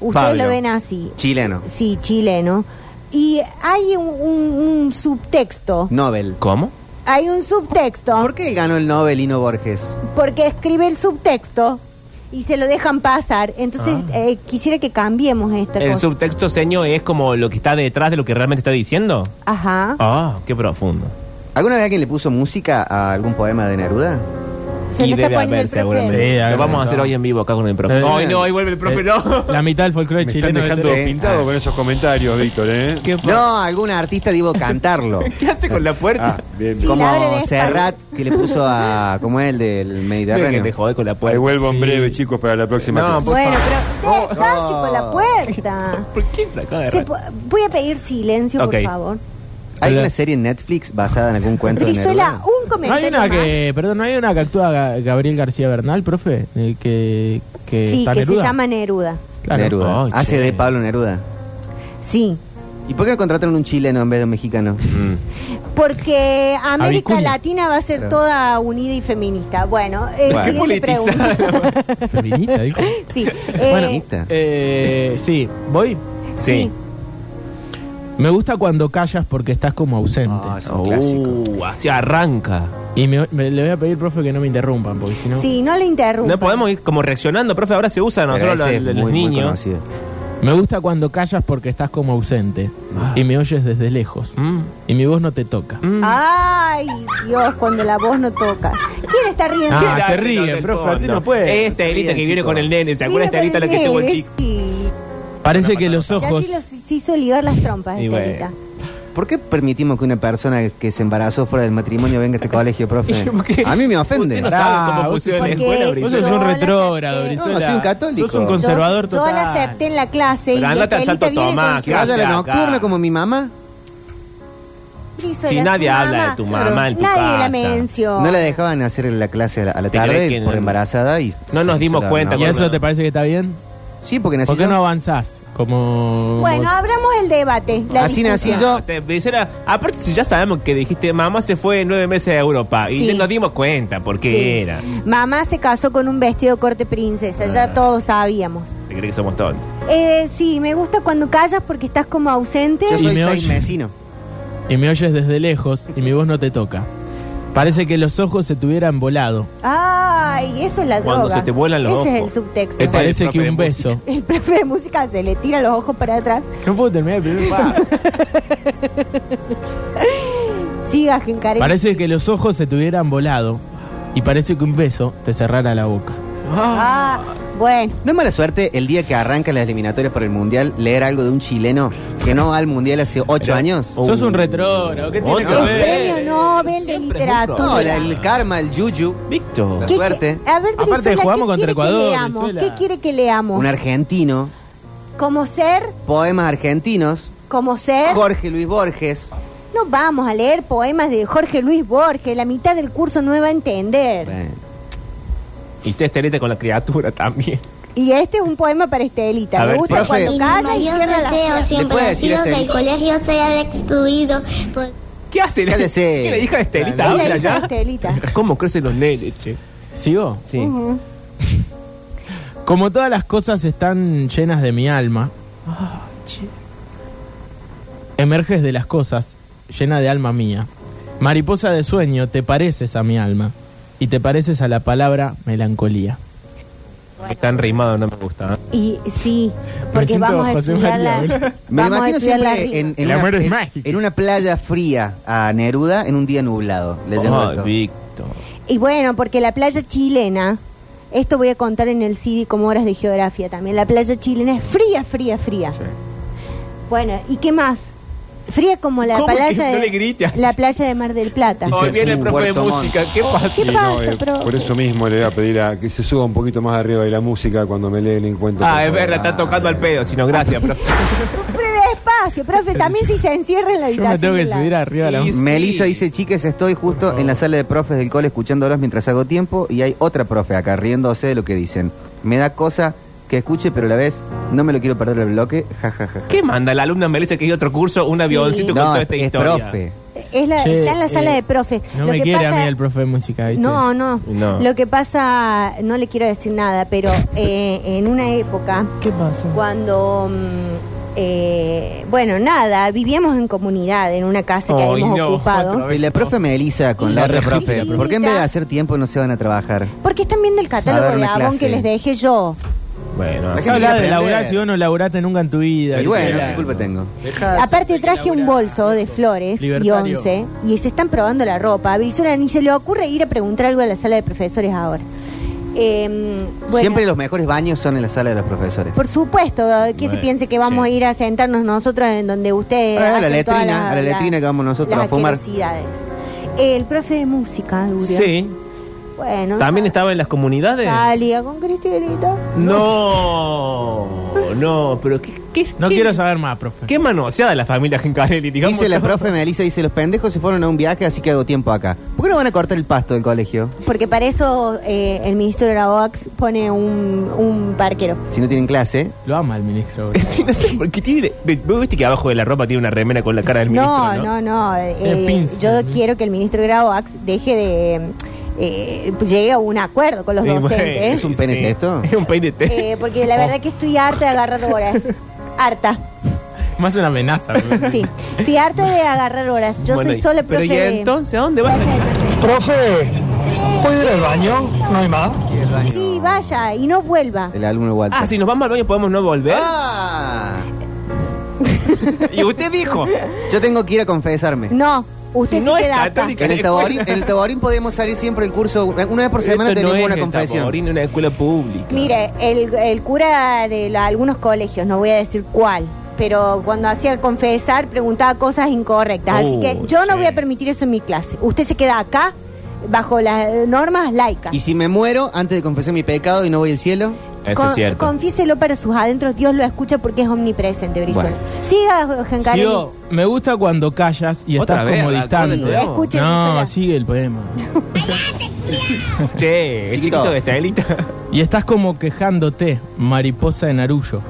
Speaker 1: ustedes
Speaker 4: Pablo.
Speaker 1: lo ven así.
Speaker 3: Chileno.
Speaker 1: Sí, chileno. Y hay un, un- un subtexto.
Speaker 3: Nobel.
Speaker 4: ¿Cómo?
Speaker 1: Hay un subtexto.
Speaker 3: ¿Por qué ganó el Nobel Hino Borges?
Speaker 1: Porque escribe el subtexto y se lo dejan pasar. Entonces, eh, quisiera que cambiemos esta
Speaker 4: El
Speaker 1: cosa.
Speaker 4: subtexto seño es como lo que está detrás de lo que realmente está diciendo.
Speaker 1: Ajá.
Speaker 4: Ah, qué profundo.
Speaker 3: ¿Alguna vez alguien le puso música a algún poema de Neruda?
Speaker 1: Se lo
Speaker 4: y
Speaker 1: está
Speaker 4: debe
Speaker 1: poniendo
Speaker 4: haber
Speaker 1: el profe.
Speaker 4: seguramente.
Speaker 5: Sí,
Speaker 4: lo
Speaker 5: haber,
Speaker 4: vamos a hacer
Speaker 5: no.
Speaker 4: hoy en vivo acá con el profe.
Speaker 5: Eh,
Speaker 4: Ay, no, ahí vuelve el profe, no.
Speaker 5: La mitad del folclore
Speaker 2: Me están
Speaker 5: chileno. es
Speaker 3: dejando-
Speaker 2: dejando
Speaker 5: el-
Speaker 3: ese.
Speaker 2: pintado con esos comentarios, Víctor, ¿eh?
Speaker 4: ¿Qué, pa-
Speaker 3: No, algún artista digo cantarlo.
Speaker 4: ¿Qué hace con la puerta?
Speaker 2: Ah, bien,
Speaker 1: Sí,
Speaker 2: bien.
Speaker 1: la abre
Speaker 3: Como
Speaker 1: despacio.
Speaker 3: Serrat, que le puso a. ¿Cómo es el del
Speaker 4: Mira que
Speaker 3: Mediterráneo?
Speaker 4: te jode con la
Speaker 2: Ahí
Speaker 4: puerta.
Speaker 2: vuelvo en breve, chicos, para la próxima
Speaker 4: No, pues,
Speaker 2: clase.
Speaker 1: Bueno,
Speaker 4: por
Speaker 1: pero
Speaker 3: favor.
Speaker 1: despacio
Speaker 3: Oh.
Speaker 1: con la puerta.
Speaker 4: Ah, ¿Por qué la acaba de
Speaker 1: Se
Speaker 4: errar?
Speaker 1: po- voy a pedir silencio,
Speaker 4: Ok.
Speaker 1: por favor.
Speaker 3: ¿Hay una serie en Netflix basada en algún cuento de
Speaker 1: Brizuela, uh.
Speaker 3: Neruda?
Speaker 1: un
Speaker 5: No hay
Speaker 1: comentario
Speaker 5: una
Speaker 1: más.
Speaker 5: que, perdón, no hay una que actúa Ga- Gabriel García Bernal, profe, Eh, que, que
Speaker 1: sí,
Speaker 5: está
Speaker 1: que
Speaker 5: Neruda.
Speaker 1: se llama Neruda.
Speaker 5: Claro.
Speaker 3: Neruda.
Speaker 4: Ay,
Speaker 3: Hace
Speaker 4: che.
Speaker 3: de Pablo Neruda.
Speaker 1: Sí.
Speaker 3: ¿Y por qué no contrataron un chileno en vez de un mexicano?
Speaker 1: Porque América
Speaker 5: Avicuña.
Speaker 1: Latina va a ser
Speaker 3: Claro.
Speaker 1: toda unida y feminista. Bueno, eh,
Speaker 4: Qué
Speaker 1: siguiente
Speaker 4: politizada.
Speaker 1: pregunta.
Speaker 5: Feminista, dijo.
Speaker 1: sí. eh,
Speaker 3: Feminista.
Speaker 5: Eh, sí, voy.
Speaker 1: sí.
Speaker 4: Sí.
Speaker 5: Me gusta cuando callas porque estás como ausente.
Speaker 3: Ah, es un clásico.
Speaker 4: [laughs] Uh, así arranca.
Speaker 5: Y me, me- le voy a pedir, profe, que no me interrumpan, porque si no...
Speaker 1: Sí, no le interrumpa.
Speaker 4: No podemos ir como reaccionando, profe. Ahora se usa
Speaker 3: Pero
Speaker 4: nosotros los,
Speaker 3: ese es
Speaker 4: los
Speaker 3: muy, muy
Speaker 4: niños.
Speaker 3: conocido.
Speaker 5: Me gusta cuando callas porque estás como ausente.
Speaker 4: Ah.
Speaker 5: Y me oyes desde lejos.
Speaker 4: Mm,
Speaker 5: Y mi voz no te toca.
Speaker 4: mm.
Speaker 1: Ah, Ay, Dios, cuando la voz no toca. ¿Quién está riendo?
Speaker 5: Ah,
Speaker 4: Mira,
Speaker 5: se
Speaker 4: no
Speaker 5: ríen,
Speaker 4: del
Speaker 5: profe,
Speaker 4: fondo.
Speaker 5: así no puede.
Speaker 4: Esta
Speaker 3: Se
Speaker 4: Elita
Speaker 3: ríen,
Speaker 4: que viene
Speaker 3: chicos.
Speaker 4: con el nene. ¿Se acuerdan esta Elita la que estuvo el chico?
Speaker 1: Sí.
Speaker 5: Parece
Speaker 4: Una
Speaker 5: que
Speaker 4: patada.
Speaker 5: los
Speaker 1: Ya
Speaker 5: ojos...
Speaker 1: sí los se hizo ligar las trompas
Speaker 4: Y
Speaker 1: esta
Speaker 4: bueno.
Speaker 1: Elita.
Speaker 3: ¿Por qué permitimos que una persona que se embarazó fuera del matrimonio venga a este colegio, [laughs] profe?
Speaker 4: ¿Por qué?
Speaker 3: A mí me
Speaker 4: Usted
Speaker 3: ofende.
Speaker 4: no
Speaker 5: Pará,
Speaker 4: sabe cómo
Speaker 5: vos
Speaker 4: funciona la
Speaker 1: porque-
Speaker 4: escuela,
Speaker 5: Vos
Speaker 4: Brizuela.
Speaker 5: sos
Speaker 1: Yo
Speaker 5: un
Speaker 1: la
Speaker 5: retrógrado,
Speaker 1: acepté.
Speaker 5: Brizuela.
Speaker 3: No, soy un católico.
Speaker 5: Sos un
Speaker 3: Yo-
Speaker 5: conservador
Speaker 1: yo,
Speaker 5: total.
Speaker 1: Yo la acepté en la clase
Speaker 4: Pero
Speaker 1: y
Speaker 4: andate
Speaker 1: esta
Speaker 4: al
Speaker 1: Elita
Speaker 4: Santo
Speaker 1: viene con
Speaker 4: Tomás,
Speaker 1: su-
Speaker 3: Que vaya a la
Speaker 4: Gracias,
Speaker 3: nocturna
Speaker 4: acá.
Speaker 3: como mi mamá.
Speaker 1: Brizuela,
Speaker 4: Si
Speaker 1: su
Speaker 4: nadie
Speaker 1: mamá,
Speaker 4: habla de tu mamá en tu
Speaker 1: Nadie la
Speaker 4: casa.
Speaker 1: menciona.
Speaker 3: No la dejaban hacer la clase a la, a la
Speaker 4: ¿Te crees que
Speaker 3: tarde por
Speaker 4: no?
Speaker 3: embarazada y...
Speaker 4: No nos dimos cuenta
Speaker 5: ¿Y
Speaker 4: con-
Speaker 5: eso te parece que está bien?
Speaker 3: Sí, porque nací
Speaker 5: ¿Por qué
Speaker 3: yo.
Speaker 5: no avanzás? Como...
Speaker 1: Bueno, abramos el debate. la
Speaker 3: Así
Speaker 1: discusión.
Speaker 3: nací yo.
Speaker 4: Te- Brizuela, aparte, si ya sabemos que dijiste, mamá se fue nueve meses a Europa. Y
Speaker 1: Sí.
Speaker 4: nos dimos cuenta por qué
Speaker 1: Sí.
Speaker 4: era. Ah.
Speaker 1: Mamá se casó con un vestido de corte princesa, ya todos sabíamos.
Speaker 4: ¿Te crees que somos tontos?
Speaker 1: Eh, sí, me gusta cuando callas porque estás como ausente.
Speaker 3: Yo soy
Speaker 5: me
Speaker 3: seis
Speaker 5: oye.
Speaker 3: vecino.
Speaker 5: Y me oyes desde lejos y mi voz no te toca. Parece que los ojos se tuvieran volado.
Speaker 1: Ay, eso es la droga.
Speaker 4: Cuando se te vuelan los
Speaker 1: Ese es el
Speaker 4: ojos.
Speaker 1: subtexto.
Speaker 4: Ese-
Speaker 5: Parece
Speaker 4: el profe
Speaker 5: que
Speaker 4: de
Speaker 5: un
Speaker 4: música.
Speaker 5: beso.
Speaker 1: El profe de música se le tira los ojos para atrás.
Speaker 5: No puedo terminar el primer párrafo.
Speaker 1: Siga, Gencarelli.
Speaker 5: Parece que los ojos se tuvieran volado. Y parece que un beso te cerrara la boca.
Speaker 1: Ah, bueno.
Speaker 3: No es mala suerte el día que arrancan las eliminatorias para el Mundial leer algo de un chileno que no va al Mundial hace ocho
Speaker 4: Pero-
Speaker 3: años.
Speaker 4: Oh.
Speaker 5: Sos un retrógrado. ¿Qué tiene que
Speaker 4: Otra
Speaker 1: El
Speaker 4: vez.
Speaker 5: ver?
Speaker 1: premio Nobel de
Speaker 3: No,
Speaker 4: Siempre
Speaker 1: literatura.
Speaker 3: la- el karma, el yuyu.
Speaker 4: Víctor.
Speaker 3: ¿Qué? suerte.
Speaker 1: A ver,
Speaker 5: Aparte,
Speaker 1: Brizuela,
Speaker 5: jugamos
Speaker 1: ¿qué
Speaker 5: contra
Speaker 1: quiere
Speaker 5: Ecuador,
Speaker 1: Que leamos?
Speaker 5: Brizuela.
Speaker 1: ¿Qué quiere que leamos?
Speaker 3: Un argentino.
Speaker 1: ¿Cómo ser?
Speaker 3: Poemas argentinos.
Speaker 1: ¿Cómo ser?
Speaker 3: Jorge Luis Borges.
Speaker 1: No vamos a leer poemas de Jorge Luis Borges, la mitad del curso no va a entender.
Speaker 3: Bueno.
Speaker 4: Y te esterete este con la criatura también.
Speaker 1: Y este es un poema para Estelita.
Speaker 4: A
Speaker 1: Me
Speaker 4: ver,
Speaker 1: gusta
Speaker 3: profe.
Speaker 1: cuando
Speaker 3: Y
Speaker 6: Mi
Speaker 1: calla y
Speaker 6: mayor
Speaker 1: cierra la
Speaker 6: deseo siempre
Speaker 3: puede
Speaker 6: ha
Speaker 3: decir
Speaker 6: sido
Speaker 3: este-
Speaker 6: que el colegio sea destruido por...
Speaker 4: ¿Qué hace? la-
Speaker 3: Cállese.
Speaker 4: ¿Qué le dijo a Estelita?
Speaker 3: Dale.
Speaker 4: Habla
Speaker 1: ¿Qué le dijo a
Speaker 4: ya.
Speaker 1: [laughs] Estelita?
Speaker 4: ¿Cómo crecen los nenes, che?
Speaker 5: ¿Sigo?
Speaker 4: Sí.
Speaker 1: Ujú.
Speaker 5: Como todas las cosas están llenas de mi alma, emerges de las cosas, llena de alma mía. Mariposa de sueño, te pareces a mi alma y te pareces a la palabra melancolía.
Speaker 4: Están rimados, no me gusta. ¿eh?
Speaker 1: Y sí, porque
Speaker 5: siento
Speaker 1: vamos a
Speaker 5: José
Speaker 1: estudiar
Speaker 5: María,
Speaker 1: la.
Speaker 5: ¿verdad?
Speaker 3: Me
Speaker 1: vamos a
Speaker 3: imagino
Speaker 1: estudiar la
Speaker 3: siempre
Speaker 1: rima.
Speaker 3: en, en
Speaker 5: El
Speaker 3: una,
Speaker 5: amor es
Speaker 3: en-
Speaker 5: mágico.
Speaker 3: en una playa fría a Neruda en un día nublado. Le llamo
Speaker 4: Ay,
Speaker 3: esto.
Speaker 4: Víctor.
Speaker 1: Y bueno, porque la playa chilena, esto voy a contar en el CD como horas de geografía también. La playa chilena es fría, fría, fría. Bueno, ¿y qué más? Fría como la
Speaker 4: ¿Cómo que
Speaker 1: playa
Speaker 4: no le
Speaker 1: de
Speaker 4: gritas?
Speaker 1: la playa de Mar del Plata.
Speaker 4: Hoy viene el
Speaker 3: Uh,
Speaker 4: profe de
Speaker 3: Puerto Montt.
Speaker 4: música. ¿Qué pasa?
Speaker 1: ¿Qué pasa,
Speaker 2: eh,
Speaker 1: profe?
Speaker 2: por eso mismo le voy a pedir a que se suba un poquito más arriba de la música cuando me leen en cuenta.
Speaker 4: Ah, es verdad, está tocando al pedo, sino gracias, profe.
Speaker 1: Pero despacio, profe, también si se encierra en la
Speaker 5: Yo me
Speaker 1: habitación.
Speaker 5: tengo que
Speaker 1: de la-
Speaker 5: subir arriba de la
Speaker 4: Y-
Speaker 3: Melissa
Speaker 4: Sí.
Speaker 3: dice, chicas, estoy justo en la sala de profes del cole escuchándolos mientras hago tiempo y hay otra profe acá riéndose de lo que dicen. Me da cosa que escuche, pero a la vez no me lo quiero perder el bloque. Ja, ja, ja, ja.
Speaker 4: ¿Qué manda la alumna Melissa que hay otro curso, un avioncito con
Speaker 3: No,
Speaker 4: toda
Speaker 3: es,
Speaker 4: esta
Speaker 3: es
Speaker 4: historia?
Speaker 3: profe.
Speaker 1: Es la-
Speaker 5: Che,
Speaker 1: está en la sala
Speaker 5: eh,
Speaker 1: de profe.
Speaker 5: No
Speaker 1: Lo
Speaker 5: me
Speaker 1: que
Speaker 5: quiere
Speaker 1: pasa-
Speaker 5: a mí el profe de música, ¿viste?
Speaker 1: No, no,
Speaker 4: No.
Speaker 1: Lo que pasa, no le quiero decir nada, pero eh, en una época
Speaker 5: ¿Qué pasó?
Speaker 1: cuando, mm, eh, bueno, nada, vivíamos en comunidad, en una casa que
Speaker 4: Ay,
Speaker 1: habíamos
Speaker 4: no, otra
Speaker 1: ocupado.
Speaker 4: vez.
Speaker 3: Y Eh, la profe Melissa con
Speaker 1: Y
Speaker 3: la
Speaker 1: la
Speaker 3: otra profe.
Speaker 1: Regina.
Speaker 3: ¿Por qué en vez de hacer tiempo no se van a trabajar?
Speaker 1: Porque están viendo el
Speaker 3: A
Speaker 1: catálogo
Speaker 3: ver,
Speaker 1: de
Speaker 3: una
Speaker 1: Avon
Speaker 3: clase.
Speaker 1: que les dejé yo.
Speaker 3: La gente
Speaker 4: Bueno,
Speaker 5: ¿Qué hablas de
Speaker 3: quiere aprender.
Speaker 5: laburar si vos no laburaste nunca en tu vida?
Speaker 3: Y bueno,
Speaker 5: Era-
Speaker 3: ¿qué culpa tengo?
Speaker 4: Ah,
Speaker 1: Aparte traje un bolso de flores y
Speaker 5: Libertario.
Speaker 1: once y se están probando la ropa. A Brizuela ni se le ocurre ir a preguntar algo a la sala de profesores ahora. Eh, bueno,
Speaker 3: Siempre los mejores baños son en la sala de los profesores.
Speaker 1: Por supuesto, que se
Speaker 4: Bueno,
Speaker 1: piense que vamos
Speaker 4: sí.
Speaker 1: a ir a sentarnos nosotros en donde ustedes.
Speaker 3: Ah, a la
Speaker 1: hacen todas
Speaker 3: letrina,
Speaker 1: las-
Speaker 3: a la letrina que vamos nosotros
Speaker 1: las
Speaker 3: a fumar.
Speaker 1: asquerosidades. El profe de música, Durio.
Speaker 4: Sí.
Speaker 1: Bueno.
Speaker 4: ¿También
Speaker 1: sa-
Speaker 4: estaba en las comunidades?
Speaker 1: Salía con Cristinita.
Speaker 4: No, no, pero ¿qué, qué,
Speaker 5: No
Speaker 4: qué-
Speaker 5: quiero saber más, profe.
Speaker 4: Qué manoseada la familia Gencarelli, digamos.
Speaker 3: Dice la profe Melissa, dice, los pendejos se fueron a un viaje, así que hago tiempo acá. ¿Por qué no van a cortar el pasto del colegio?
Speaker 1: Porque para eso eh, el ministro de Arauax pone un, un parquero.
Speaker 3: Si no tienen clase.
Speaker 5: Lo ama el ministro.
Speaker 4: [laughs]
Speaker 1: [laughs]
Speaker 4: Sí, no sé, porque tiene. ¿Vos viste que abajo de la ropa tiene una remera con la cara del ministro?
Speaker 1: No, no, no. eh,
Speaker 5: Eh, Pince,
Speaker 1: yo
Speaker 5: ¿no?
Speaker 1: quiero que el ministro de Arauax deje de. eh, llegue a un acuerdo con los
Speaker 4: Sí, bueno,
Speaker 1: docentes.
Speaker 3: ¿Es un PNT esto?
Speaker 4: Es un Oh. PNT.
Speaker 1: eh, porque
Speaker 4: [laughs]
Speaker 1: la verdad que estoy harta de agarrar horas. Harta.
Speaker 5: Más una amenaza. me parece.
Speaker 1: Sí, estoy harta de agarrar horas. Yo
Speaker 4: Bueno,
Speaker 1: soy solo
Speaker 4: y- Pero
Speaker 1: profe.
Speaker 4: ¿y entonces a dónde vas?
Speaker 7: Profe, ¿puedo ir al baño? ¿No hay más?
Speaker 1: de- Sí, vaya y no vuelva.
Speaker 3: El alumno Walter.
Speaker 4: Ah, si nos vamos al baño podemos no volver.
Speaker 3: Ah,
Speaker 4: Y usted dijo.
Speaker 3: Yo tengo que ir a confesarme.
Speaker 1: No, usted
Speaker 4: Si no
Speaker 1: sí
Speaker 4: es
Speaker 1: queda acá.
Speaker 4: católica, [laughs]
Speaker 3: En el, taborín, en el taborín podemos salir siempre el curso, una vez por semana
Speaker 4: Esto no
Speaker 3: tenemos
Speaker 4: es
Speaker 3: una
Speaker 4: el
Speaker 3: confesión.
Speaker 4: Taborín, una escuela pública.
Speaker 1: Mire, el, el cura de la- algunos colegios, no voy a decir cuál, pero cuando hacía confesar preguntaba cosas incorrectas. Así
Speaker 4: Uy,
Speaker 1: que yo no
Speaker 4: sí.
Speaker 1: voy a permitir eso en mi clase. Usted se queda acá bajo las eh, normas laicas.
Speaker 3: Y si me muero antes de confesar mi pecado y no voy al cielo,
Speaker 4: Eso
Speaker 1: Con-
Speaker 4: es cierto.
Speaker 1: Confiéselo para sus adentros, Dios lo escucha porque es omnipresente, Brizuela.
Speaker 3: Bueno.
Speaker 1: Siga, Gencarelli.
Speaker 5: Sigo, oh, me gusta cuando callas y
Speaker 4: Otra
Speaker 5: estás
Speaker 4: vez,
Speaker 5: como
Speaker 4: la-
Speaker 5: distante.
Speaker 4: Sí, escuchen,
Speaker 5: no,
Speaker 1: Gisela.
Speaker 5: sigue el poema.
Speaker 4: [laughs] Che, el
Speaker 3: Chiquito.
Speaker 4: chiquito de Estelita.
Speaker 5: Y estás como quejándote, mariposa en arullo.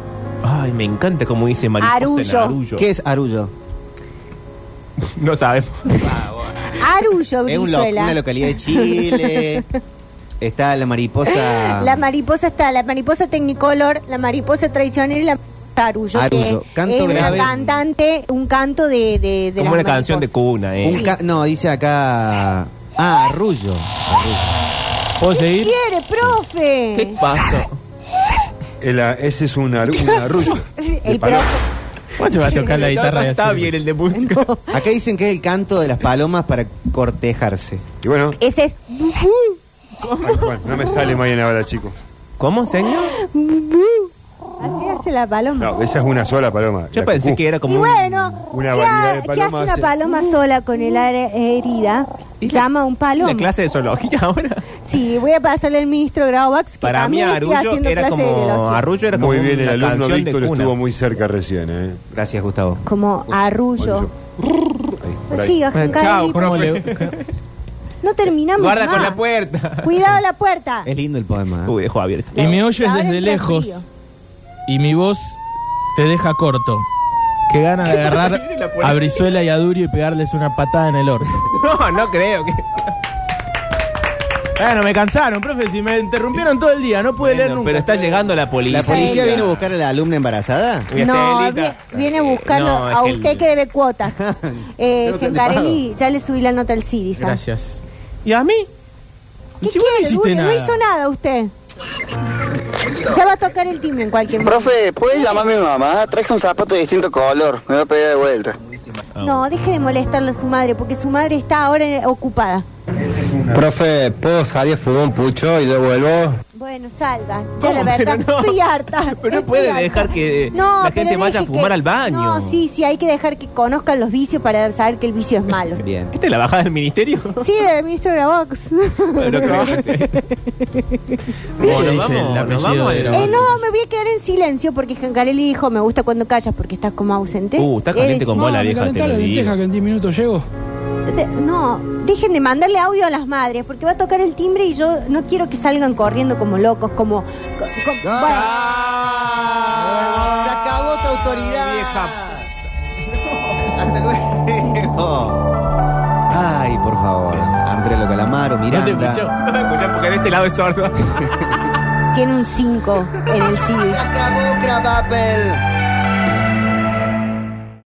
Speaker 4: Ay, me encanta como dice Mariposa
Speaker 1: Arullo.
Speaker 4: en Arullo.
Speaker 3: ¿qué es arullo?
Speaker 4: No sabemos.
Speaker 1: Arullo,
Speaker 3: Es un lo-
Speaker 1: Brizuela.
Speaker 3: una localidad de
Speaker 4: [laughs]
Speaker 3: Chile. Está la mariposa.
Speaker 1: La mariposa está, la mariposa tecnicolor, la mariposa tradicional y la tarullo.
Speaker 3: Arullo. Canto
Speaker 1: es
Speaker 3: grave.
Speaker 1: Una cantante, un canto de. de, de
Speaker 4: Como
Speaker 1: las
Speaker 4: una canción de
Speaker 1: mariposas.
Speaker 4: cuna, eh.
Speaker 3: un ca- no, dice acá. Ah, arrullo.
Speaker 5: ¿Puedo seguir?
Speaker 1: ¡Quiere, profe!
Speaker 4: ¿Qué pasa?
Speaker 2: El, ah, ese es un, ar- un arrullo.
Speaker 4: [laughs]
Speaker 1: El
Speaker 2: De palo-
Speaker 1: profe.
Speaker 5: ¿Cómo se va a tocar la
Speaker 4: No,
Speaker 5: guitarra?
Speaker 4: no
Speaker 5: y
Speaker 4: está
Speaker 5: hacer-
Speaker 4: bien el de música.
Speaker 3: Acá dicen que es el canto de las palomas para cortejarse.
Speaker 4: [laughs]
Speaker 2: Y bueno,
Speaker 1: Ese es.
Speaker 2: ay, bueno, no me sale muy bien ahora, chicos.
Speaker 4: ¿Cómo, señor?
Speaker 1: Así hace la paloma.
Speaker 2: No, esa es una sola paloma.
Speaker 4: Yo
Speaker 2: la
Speaker 4: pensé
Speaker 2: cucú.
Speaker 4: que era como
Speaker 1: Y
Speaker 4: un-
Speaker 1: bueno,
Speaker 2: Una
Speaker 1: ¿qué,
Speaker 2: variedad
Speaker 1: ha-
Speaker 2: de
Speaker 1: qué
Speaker 2: paloma
Speaker 1: hace una
Speaker 2: hace-
Speaker 1: paloma sola con el área herida?
Speaker 4: Dice-
Speaker 1: Llama a un paloma.
Speaker 4: una clase de zoología [laughs] ahora.
Speaker 1: Sí, voy a pasarle al ministro Graubax. Que
Speaker 4: Para mí
Speaker 1: también estoy
Speaker 4: Arullo
Speaker 1: haciendo
Speaker 4: era
Speaker 1: clase de
Speaker 4: como
Speaker 1: biología.
Speaker 4: Arullo era como
Speaker 2: Muy bien, el
Speaker 4: una
Speaker 2: alumno
Speaker 4: canción de
Speaker 2: Víctor
Speaker 4: cuna.
Speaker 2: estuvo muy cerca recién, ¿eh?
Speaker 3: Gracias, Gustavo.
Speaker 1: Como arrullo.
Speaker 2: Ahí. por ahí.
Speaker 1: Pues Siga,
Speaker 5: Bueno,
Speaker 1: Jancada,
Speaker 5: chao,
Speaker 1: Lipo.
Speaker 5: ¿cómo le-
Speaker 1: No terminamos.
Speaker 4: Guarda
Speaker 1: más.
Speaker 4: con la puerta.
Speaker 1: Cuidado la
Speaker 4: [laughs]
Speaker 1: puerta.
Speaker 3: Es lindo el poema. ¿eh?
Speaker 4: Uy, dejó abierto. [laughs]
Speaker 5: Y me oyes
Speaker 1: Ahora
Speaker 5: desde
Speaker 1: entra
Speaker 5: lejos
Speaker 1: frío.
Speaker 5: y mi voz te deja corto. Que gana de agarrar
Speaker 4: Viene la policía.
Speaker 5: a Brizuela y a Durio y pegarles una patada en el orto.
Speaker 4: No, no creo que.
Speaker 5: Bueno, me cansaron, profe, si me interrumpieron todo el día, no pude leer
Speaker 4: Bueno,
Speaker 5: nunca.
Speaker 4: pero está llegando la policía.
Speaker 3: ¿La policía viene a buscar a la alumna embarazada?
Speaker 4: Uy,
Speaker 1: No,
Speaker 4: Estelita. Eh,
Speaker 1: vi- viene a buscarlo
Speaker 4: No, es
Speaker 1: a
Speaker 4: que el-
Speaker 1: usted que debe
Speaker 4: [laughs]
Speaker 1: cuotas. Eh,
Speaker 3: Creo que
Speaker 1: Gencarelli, ya le subí la nota al CIDI. Sam.
Speaker 5: Gracias. ¿Y a mí?
Speaker 1: ¿Qué
Speaker 5: Si vos no
Speaker 1: quiere?
Speaker 5: hiciste
Speaker 1: No
Speaker 5: nada.
Speaker 1: hizo nada usted. Ya va a tocar el timbre en cualquier momento.
Speaker 8: Profe, ¿puede llamarme a mi mamá? Traje un zapato de distinto color. Me voy a pegar de vuelta.
Speaker 1: No, deje de molestarlo a su madre, porque su madre está ahora ocupada.
Speaker 7: Profe, ¿puedo salir a fútbol pucho y devuelvo?
Speaker 1: Bueno, salga. Ya la
Speaker 4: ¿Cómo?
Speaker 1: verdad,
Speaker 4: Pero no.
Speaker 1: [laughs] estoy harta.
Speaker 4: [laughs] Pero no
Speaker 1: estoy
Speaker 4: puede
Speaker 1: harta.
Speaker 4: dejar que
Speaker 1: No,
Speaker 4: la
Speaker 1: pero
Speaker 4: gente vaya a
Speaker 1: deje
Speaker 4: fumar
Speaker 1: que-
Speaker 4: al baño.
Speaker 1: No, sí, sí, hay que dejar que conozcan los vicios para saber que el vicio es
Speaker 4: [laughs]
Speaker 1: malo.
Speaker 3: Bien.
Speaker 4: ¿Esta es la bajada
Speaker 1: [laughs]
Speaker 4: del ministerio?
Speaker 1: Sí, del ministro de la [laughs] Vox.
Speaker 4: No creo que sea. Bueno,
Speaker 5: Dice
Speaker 4: nos
Speaker 5: el
Speaker 4: vamos, nos
Speaker 5: apellido
Speaker 4: vamos.
Speaker 5: de
Speaker 1: Eh, no, me voy a quedar en silencio porque Jancarelli dijo, me gusta cuando callas porque estás como ausente.
Speaker 4: Uh, está caliente
Speaker 1: Eh,
Speaker 4: con
Speaker 1: sí.
Speaker 7: Ah,
Speaker 4: vos la vieja, te lo digo.
Speaker 7: en 10 minutos llego.
Speaker 1: Te- No, dejen de mandarle audio a las madres porque va a tocar el timbre y yo no quiero que salgan corriendo como locos, como... co- co-
Speaker 3: ¡Ah! ¡Se acabó tu autoridad! ¡Hasta luego! Ay, por favor. André Lo Calamaro,
Speaker 5: No te
Speaker 3: Miranda.
Speaker 5: escucho.
Speaker 4: Escuchá, porque de este lado es sordo.
Speaker 1: Bueno, tiene un 5 en el
Speaker 3: ¡Se
Speaker 1: CD.
Speaker 3: acabó, Crabapple!